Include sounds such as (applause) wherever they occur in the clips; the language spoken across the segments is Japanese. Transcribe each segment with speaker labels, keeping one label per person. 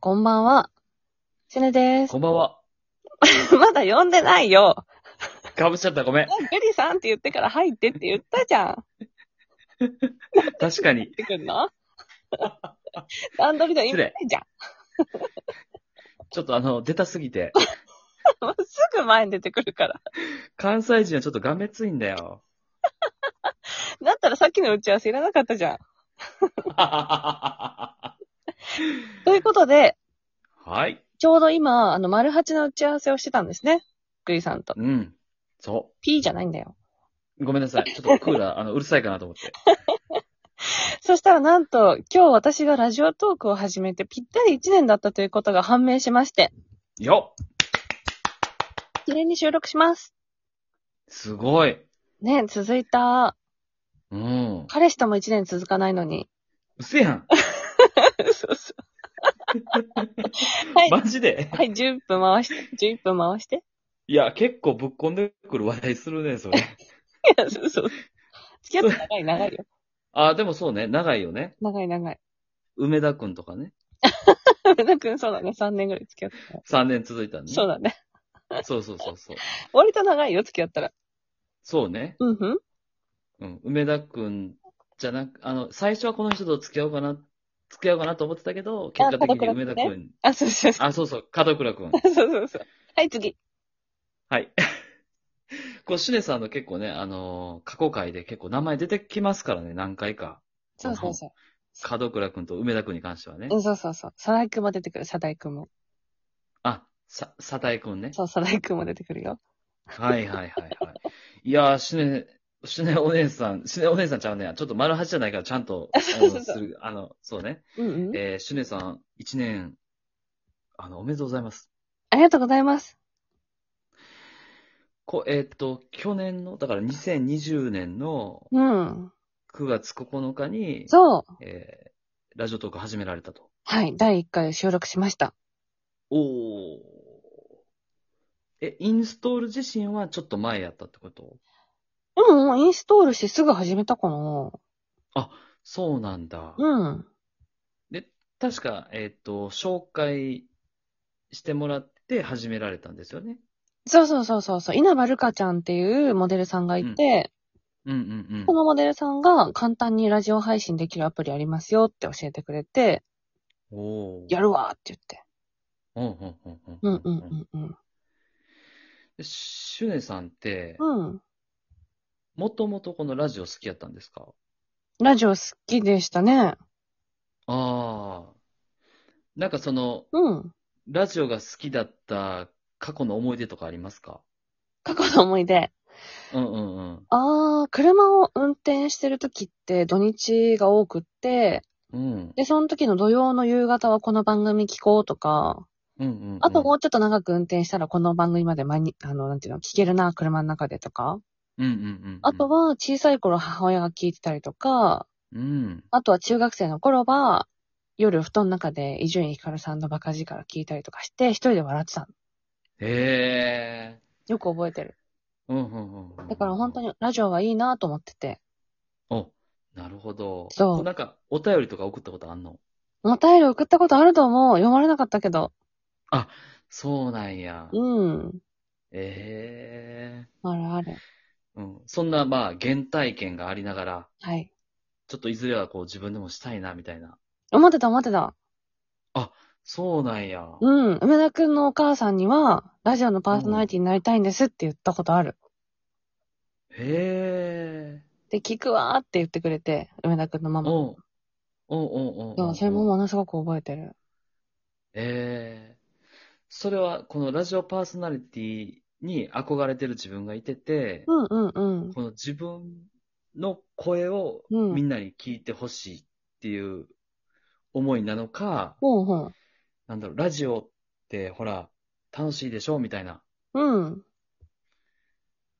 Speaker 1: こんばんは。しねです。
Speaker 2: こんばんは。
Speaker 1: (laughs) まだ呼んでないよ。
Speaker 2: かぶっちゃった、ごめん。
Speaker 1: グリさんって言ってから入ってって言ったじゃん。
Speaker 2: 確かに。
Speaker 1: てくん (laughs) の段取りの意味ないじゃん。
Speaker 2: ちょっとあの、出たすぎて。
Speaker 1: もうすぐ前に出てくるから。
Speaker 2: 関西人はちょっとがめついんだよ。
Speaker 1: だったらさっきの打ち合わせいらなかったじゃん。
Speaker 2: は
Speaker 1: ということで、
Speaker 2: い。
Speaker 1: ちょうど今、あの、丸八の打ち合わせをしてたんですね。グリさんと。
Speaker 2: うん。そ
Speaker 1: P じゃないんだよ。
Speaker 2: う。ごめんなさい。ちょっとクーラー、あの、うるさいかなと思って。
Speaker 1: そしたらなんと、今日私がラジオトークを始めてぴったり1年だったということが判明しまして、
Speaker 2: よっ
Speaker 1: 記念に収録します。
Speaker 2: すごい。
Speaker 1: ね、続いた。
Speaker 2: うん。
Speaker 1: 彼氏とも1年続かないのに。
Speaker 2: うせやん。
Speaker 1: (laughs) そうそう。はい。
Speaker 2: マジで。
Speaker 1: はい、10分回して、11分回して。 (laughs)
Speaker 2: いや、結構ぶっこんでくる話題するね、それ。
Speaker 1: いや、そうそう。付き合って長い、長いよ。
Speaker 2: あ、でもそうね。長いよね。
Speaker 1: 長い、長い。
Speaker 2: 梅田くんとかね。
Speaker 1: 上田くん、そうだね。3年ぐらい付き合った。
Speaker 2: 3年続いたね。
Speaker 1: そうだね。
Speaker 2: そうそうそうそう。
Speaker 1: 割と長いよ、付き合ったら。
Speaker 2: そうね。
Speaker 1: うんふん。
Speaker 2: うん、梅田くんじゃなく、あの、最初はこの人と付き合おうかな、付き合おうかなと思ってたけど、結果的に梅田く
Speaker 1: 門倉
Speaker 2: ん。
Speaker 1: あ、そうそうそ
Speaker 2: あ、そうそう、門倉くん。
Speaker 1: う。そうそうそう。はい、次。
Speaker 2: はい。 (laughs) こう、シュネさんの結構ね、あのー過去回で結構名前出てきますからね、何回か。
Speaker 1: そうそうそ
Speaker 2: 門倉くんと梅田くんに関してはね
Speaker 1: う。う。ん、そうそうそう。サダイくんも出てくる、サダイくんも。
Speaker 2: あ、さ、佐田井くんね。
Speaker 1: そう、サダイくんも出てくるよ。
Speaker 2: はいはいはいはい。いやー、シュネ、シュネお姉さん、シュネお姉さんちゃうね。ちょっと丸八じゃないから、ちゃんと、
Speaker 1: (laughs)
Speaker 2: あ
Speaker 1: そうそ
Speaker 2: の、
Speaker 1: う
Speaker 2: す
Speaker 1: そう
Speaker 2: る、あの、そうね。
Speaker 1: うんうん。
Speaker 2: えー、シュネさん、一年、あの、おめでとうございます。
Speaker 1: ありがとうございます。
Speaker 2: こえーっと、去年の、だから2020年の
Speaker 1: うん。
Speaker 2: 9月9日に、
Speaker 1: そう。
Speaker 2: えーラジオトーク始められたと。
Speaker 1: はい、第1回を収録しました。
Speaker 2: おお。え、インストール自身はちょっと前やったってこと
Speaker 1: うん、うんインストールしてすぐ始めたかな。
Speaker 2: そうなんだ。
Speaker 1: うん。
Speaker 2: 確か、えーっと、紹介してもらって始められたんですよね。
Speaker 1: そうそうそうそうそう。稲葉るかちゃんっていうモデルさんがいて、
Speaker 2: うんうん
Speaker 1: こ
Speaker 2: うん。
Speaker 1: のモデルさんが簡単にラジオ配信できるアプリありますよって教えてくれて、
Speaker 2: おお。
Speaker 1: やるわって言って。
Speaker 2: うんうんうんうん。
Speaker 1: うんうんうん
Speaker 2: でシュネさんって、
Speaker 1: うん。うん。
Speaker 2: もともとこのラジオ好きやったんですか
Speaker 1: ラジオ好きでしたね。
Speaker 2: ああ。なんかその、
Speaker 1: うん。
Speaker 2: ラジオが好きだった過去の思い出とかありますか
Speaker 1: 過去の思い出。
Speaker 2: うんうんうん。
Speaker 1: あー、車を運転してる時って土日が多くって、
Speaker 2: うん。
Speaker 1: で、その時の土曜の夕方はこの番組聞こうとか、
Speaker 2: うんうん、うん。
Speaker 1: あともうちょっと長く運転したらこの番組まで間に、あの、なんていうの、聞けるな、車の中でとか。
Speaker 2: うんうんうん。
Speaker 1: あと、は小さい頃母親が聞いてたりとか、
Speaker 2: うん。
Speaker 1: あとは中学生の頃は夜布団の中で伊集院光さんのバカ力聞いたりとかして、一人で笑ってたの。
Speaker 2: へえ。
Speaker 1: よく覚えてる。
Speaker 2: うんうんうんうん。
Speaker 1: だから本当
Speaker 2: に。
Speaker 1: にラジオはいいなと思ってて。
Speaker 2: お、なるほど。
Speaker 1: そう
Speaker 2: こなんか、お便りとか送ったことあんの
Speaker 1: お便り送ったことあると思う。読まれなかったけど。
Speaker 2: そうなんや。
Speaker 1: うん。
Speaker 2: ええ。
Speaker 1: あるある。
Speaker 2: うん。そんな、まあ、原体験がありながら、
Speaker 1: はい。
Speaker 2: ちょっといずれはこう自分でもしたいな、みたいな。
Speaker 1: 思ってた思ってた。
Speaker 2: そうなんや。
Speaker 1: うん。梅田くんのお母さんには、ラジオのパーソナリティになりたいんですって言ったことある。
Speaker 2: へえ。
Speaker 1: で、聞くわーって言ってくれて、梅田くんのママ。
Speaker 2: おう。おうおうおうおう。
Speaker 1: そう、それもものすごく覚えてる。
Speaker 2: ええそれは、このラジオパーソナリティに憧れてる自分がいてて、
Speaker 1: うんうんうん。
Speaker 2: この自分の声を
Speaker 1: うん
Speaker 2: みんなに聞いてほしいっていう思いなのか、
Speaker 1: ほうほ
Speaker 2: なんだろう、ラジオってほら、楽しいでしょみたいな、
Speaker 1: う。うん。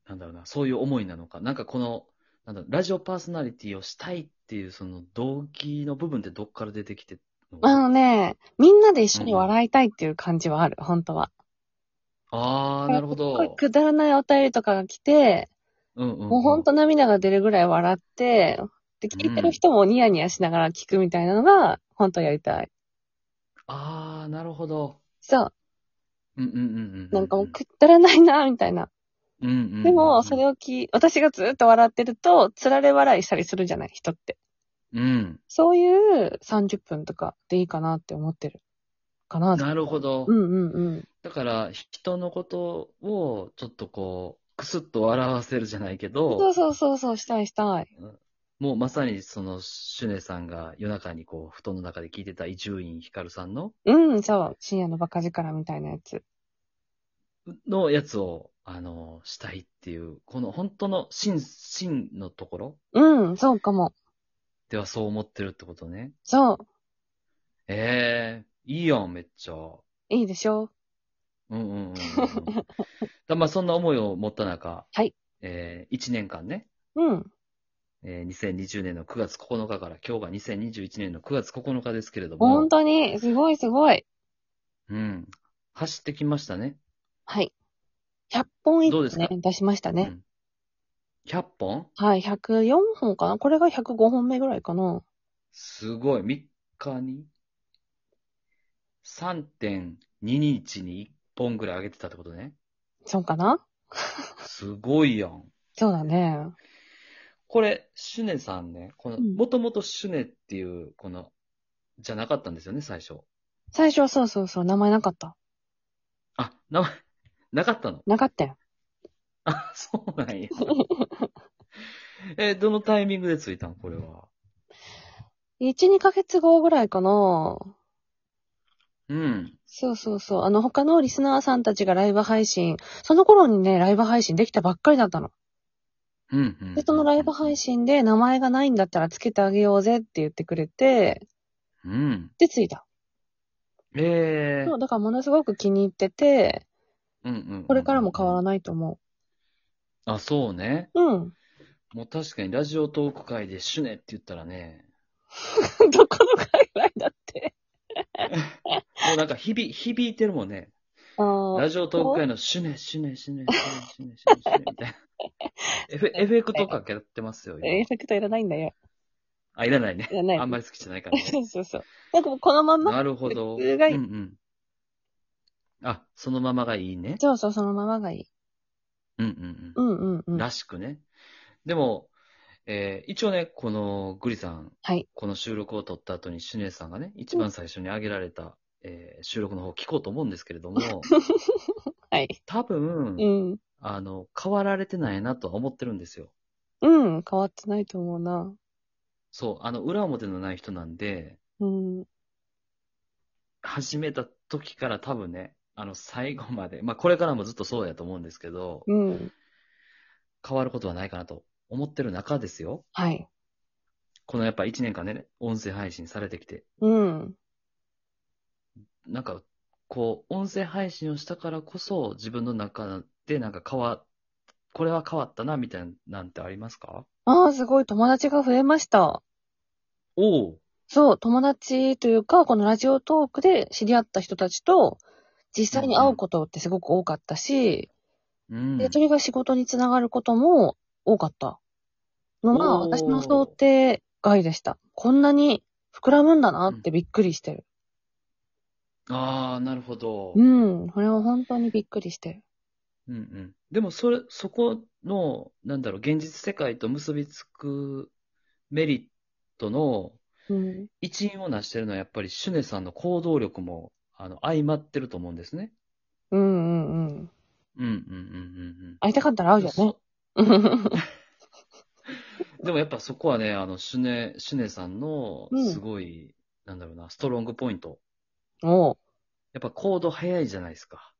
Speaker 2: なんだろうな、そういう思いなのか、なんかこの、なんだろう、ラジオパーソナリティをしたいっていうその動機の部分ってどっから出てきてるの
Speaker 1: あのね、みんなで一緒に笑いたいっていう感じはある、本当は。
Speaker 2: あー、なるほ
Speaker 1: こういう
Speaker 2: ど。
Speaker 1: くだらないお便りとかが来て、
Speaker 2: うんうんうん、
Speaker 1: もう本当涙が出るぐらい笑って、で、聞いてる人もニヤニヤしながら聞くみたいなのが、本当やりたい。
Speaker 2: ああ、なるほど。
Speaker 1: そう。
Speaker 2: うんうんうんうんうん。
Speaker 1: なんかもうくったらないな、みたいな。
Speaker 2: うんうんうんうん。
Speaker 1: でも、それをき、私がずっと笑ってると、つられ笑いしたりするじゃない、人って。
Speaker 2: うん。
Speaker 1: そういう30分とかでいいかなって思ってる。かな。
Speaker 2: なるほど
Speaker 1: う。んうんうん。
Speaker 2: だから、人のことを、ちょっとこう、くすっと笑わせるじゃないけ
Speaker 1: そう
Speaker 2: ど、
Speaker 1: そうそうそう、したいしたい。
Speaker 2: もうまさにその、シュネさんが夜中にこう、布団の中で聞いてた伊集院光さんの、
Speaker 1: うん、そう。深夜のバカ力みたいなやつ。
Speaker 2: のやつを、あの、したいっていう、この本当の真、真のところ
Speaker 1: うん、そうかも。
Speaker 2: ではそう思ってるってことね。
Speaker 1: そう。
Speaker 2: ええいいやん、めっちゃ。
Speaker 1: いいでしょ
Speaker 2: うんうんうんうんうん。だまあ、そんな思いを持った中、
Speaker 1: はい。
Speaker 2: えー、1年間ね、
Speaker 1: うん。
Speaker 2: えー、2020年の9月9日から、今日が2021年の9月9日ですけれども、
Speaker 1: 本当に、すごいすごい。
Speaker 2: うん。走ってきましたね。
Speaker 1: はい。100本以
Speaker 2: どう
Speaker 1: 上
Speaker 2: ですか
Speaker 1: ね、出しました
Speaker 2: う
Speaker 1: ね。
Speaker 2: ん、100本
Speaker 1: はい、104本かなこれが105本目ぐらいかな
Speaker 2: すごい。3日に ?3.2 日に1本ぐらい上げてたってことね。
Speaker 1: そうかな
Speaker 2: すごいやん。
Speaker 1: そうだね。
Speaker 2: これ、シュネさんね、この、
Speaker 1: うん
Speaker 2: もともとシュネっていう、この、じゃなかったんですよね、最初。
Speaker 1: 最初はそうそうそう、名前なかった。
Speaker 2: あ、名前、な (laughs) かったの (laughs)
Speaker 1: なかったよ。
Speaker 2: あ、そうなん
Speaker 1: (laughs)
Speaker 2: や。え、どのタイミングでついたんこれは。
Speaker 1: 1、2ヶ月後ぐらいかな
Speaker 2: うん。
Speaker 1: そうそうそう。あの、他のリスナーさんたちがライブ配信、その頃にね、ライブ配信できたばっかりだったの。
Speaker 2: うん、うん。
Speaker 1: で、そのライブ配。信で名前がないんだったらつけてあげようぜって言ってくれて、
Speaker 2: うん。
Speaker 1: で、ついた。
Speaker 2: ええ
Speaker 1: そう、だからものすごく気に入ってて、
Speaker 2: うんうんうんうん
Speaker 1: これからも変わらないと思
Speaker 2: あ、そうね。
Speaker 1: う。うん。 (laughs)
Speaker 2: もう確かにラジオトーク会でシュネって言ったらね、
Speaker 1: どこの界隈だって。
Speaker 2: もうなんか (laughs) 響、響いてるもんね。
Speaker 1: ああ、
Speaker 2: ラジオトーク会のシュネ、シュネ、シュネ、シュネ、シュネ、シュネ、シュネ、みたいな。エフェエフェクトかけてますよ、
Speaker 1: エ
Speaker 2: 今
Speaker 1: フ。ェクトいらないんだよ。
Speaker 2: あ、いらないね
Speaker 1: い。らない。
Speaker 2: あんまり好きじゃないからね。
Speaker 1: (laughs) そうそうそう。なんかもうこのまんま、
Speaker 2: なるほど。う
Speaker 1: 普
Speaker 2: ん
Speaker 1: 通がいい
Speaker 2: うん。あ、そのままがいいね。
Speaker 1: そうそう、そのままがいい。
Speaker 2: うんうん
Speaker 1: うんうんう
Speaker 2: うん。
Speaker 1: ん。
Speaker 2: らしくね。でも、えー一応ね、このグリさん、
Speaker 1: はい
Speaker 2: この収録を撮った後にシュネさんがね、一番最初に上げられた、えー収録の方を聞こうと思うんですけ
Speaker 1: (laughs)
Speaker 2: れども、
Speaker 1: はい。
Speaker 2: 多分、
Speaker 1: うん。
Speaker 2: あの、変わられてないなとは思ってるんですよ。
Speaker 1: うん、変わってないと思うな。
Speaker 2: そう、あの、裏表のない人なんで、
Speaker 1: うん。
Speaker 2: 始めた時から多分ね、あの、最後まで、まあ、これからもずっとそうやと思うんですけど、
Speaker 1: うん。
Speaker 2: 変わることはないかなと思ってる中ですよ。
Speaker 1: はい。
Speaker 2: このやっぱ1年間ね、音声配信されてきて、
Speaker 1: うん。
Speaker 2: なんか、こう、音声配信をしたからこそ、自分の中でなんか変わ、これは変わったな、みたいな、なんてありますか
Speaker 1: ああ、すごい、友達が増えました。
Speaker 2: おう
Speaker 1: そう、友達というか、このラジオトークで知り合った人たちと、実際に会うことってすごく多かったし、
Speaker 2: うん。
Speaker 1: で、それが仕事につながることも多かったのが、
Speaker 2: おー
Speaker 1: 私の想定外でした。こんなに膨らむんだなってびっくりしてる。
Speaker 2: ああ、なるほど。
Speaker 1: うん、これは本当にびっくりしてる。
Speaker 2: うんうん。でも、それ、そこの、なんだろう、現実世界と結びつくメリットの
Speaker 1: うん、
Speaker 2: 一因を成してるのは、やっぱりシュネさんの行動力も、あの、相まってると思うんですね。
Speaker 1: うん、うん、うん。
Speaker 2: うんうんうんうんうん。
Speaker 1: 会いたかったら会うよ (laughs) ね。
Speaker 2: そでもやっぱそこはね、あの、シュネ、シュネさんの
Speaker 1: うん、
Speaker 2: すごい、なんだろうな、ストロングポイント。
Speaker 1: おう (laughs)
Speaker 2: やっぱ行動早いじゃないですか。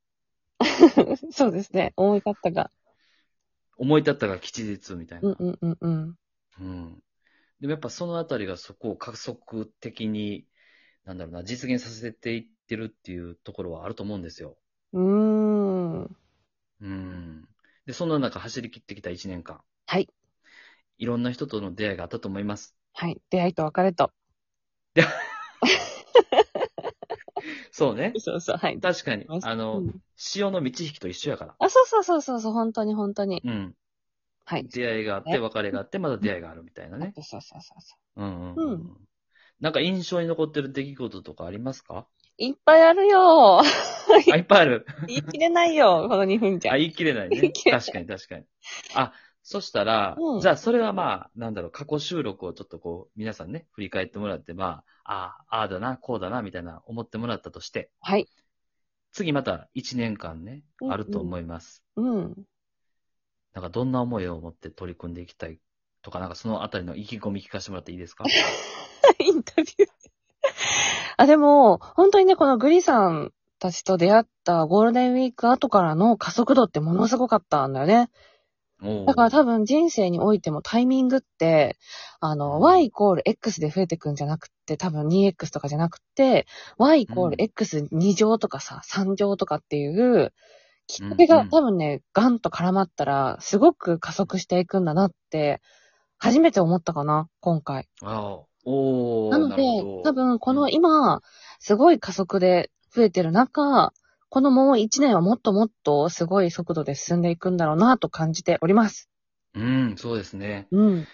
Speaker 1: そうですね。思い立ったが。
Speaker 2: 思い立ったが吉日みたい
Speaker 1: うん、
Speaker 2: な。
Speaker 1: うん、うん、うん。
Speaker 2: うん。でもやっぱそのあたりがそこを加速的に、なんだろうな、実現させていってるっていうところはあると思うんですよ。
Speaker 1: うーん。
Speaker 2: うん。で、そんな中走り切ってきた1年間。
Speaker 1: はい。
Speaker 2: いろんな人との出会いがあったと思います。
Speaker 1: はい。出会いと別れと。
Speaker 2: そうね。
Speaker 1: そうそう、はい。
Speaker 2: 確かに。あの、
Speaker 1: うん
Speaker 2: 潮の満ち引きと一緒やから。
Speaker 1: あ、そうそうそうそうそう、本当に本当に。
Speaker 2: うん。
Speaker 1: はい。
Speaker 2: 出会いがあっ
Speaker 1: ね
Speaker 2: て、別れがあって、また出会いがあるみたいなね。
Speaker 1: そうそうそうそうそう。
Speaker 2: うんうんうん。
Speaker 1: うん
Speaker 2: なんか印象に残ってる出来事とかありますか
Speaker 1: いっぱいある
Speaker 2: (laughs)
Speaker 1: よ。
Speaker 2: あ、いっぱいある。
Speaker 1: 言い切れないよ、この2分じゃ。
Speaker 2: あ、言い切れない
Speaker 1: 言
Speaker 2: ね
Speaker 1: (laughs) い。切れない
Speaker 2: 確かに確かに。あ、そしたら、
Speaker 1: うん
Speaker 2: じゃあそれはまあ、なんだろう、過去収録をちょっとこう、皆さんね、振り返ってもらって、まあ、ああ、ああだな、こうだな、みたいな思ってもらったとして、
Speaker 1: はい。
Speaker 2: 次また1年間ね
Speaker 1: う、ん
Speaker 2: あると思います。
Speaker 1: うん。 (laughs)
Speaker 2: なんかどんな思いを持って取り組んでいきたいとか、なんかそのあたりの意気込み聞かせてもらっていいですか
Speaker 1: インタビュー。あ、でも、本当にね、このグリさんたちと出会ったゴールデンウィーク後からの加速度ってものすごかったんだよね。
Speaker 2: おー
Speaker 1: だから多分人生においてもタイミングって、あ
Speaker 2: う
Speaker 1: の、
Speaker 2: ん
Speaker 1: y イコール x で増えてくんじゃなくて、多分 2x とかじゃなくて、y イコール x2 乗とかさ、3乗とかっていう、きっかけ
Speaker 2: うん
Speaker 1: が
Speaker 2: うん
Speaker 1: 多分ね、ガンと絡まったら、すごく加速していくんだなって、初めて思ったかな、今回。
Speaker 2: ああ、おー
Speaker 1: なので
Speaker 2: るほ、ど
Speaker 1: 多分こ
Speaker 2: う
Speaker 1: の
Speaker 2: ん
Speaker 1: 今、すごい加速で増えてる中、このもう1年はもっともっとすごい速度で進んでいくんだろうなと感じております。
Speaker 2: うん、そうですね。
Speaker 1: うん。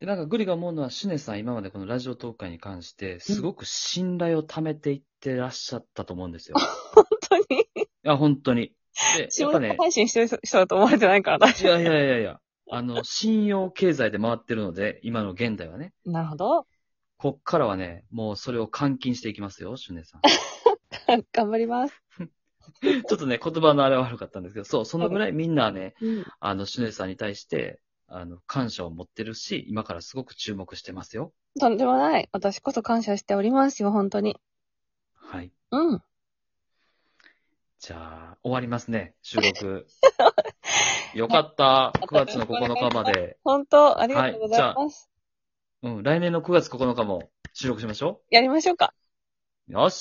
Speaker 2: で、なんかグリが思うのは、シュネさん今までこのラジオ東海に関して、すごく信頼を貯めていってらっしゃったと思うんで
Speaker 1: (laughs)
Speaker 2: すよ。
Speaker 1: 本当に、
Speaker 2: いや、本当に。で、やっ
Speaker 1: 下
Speaker 2: ぱ
Speaker 1: ネ
Speaker 2: ね
Speaker 1: タ、配信してる人だと思われてないから大
Speaker 2: い
Speaker 1: 丈
Speaker 2: やいやいやいや、あの、信用経済で回ってるので、今の現代はね、
Speaker 1: 夫。なるほど。
Speaker 2: こっからはね、もうそれを換金していきますよ、シ
Speaker 1: (laughs)
Speaker 2: ュネさん。
Speaker 1: (laughs) 頑張ります。
Speaker 2: ちょっとね、言葉のあれは悪かったんですけど、そう、そのぐらいみんなね、
Speaker 1: うん。
Speaker 2: あの、シュネさんに対して、あの、感謝を持ってるし、今からすごく注目してますよ。
Speaker 1: とんでもない。私こそ感謝しておりますよ、本当に。
Speaker 2: はい。
Speaker 1: うん。
Speaker 2: じゃあ、終わりますね、収録。よかった。9月の9日まで。
Speaker 1: 本当、ありがとうございます。
Speaker 2: うん、来年の9月9日も収録しましょ
Speaker 1: やりましょうか。
Speaker 2: う。よし。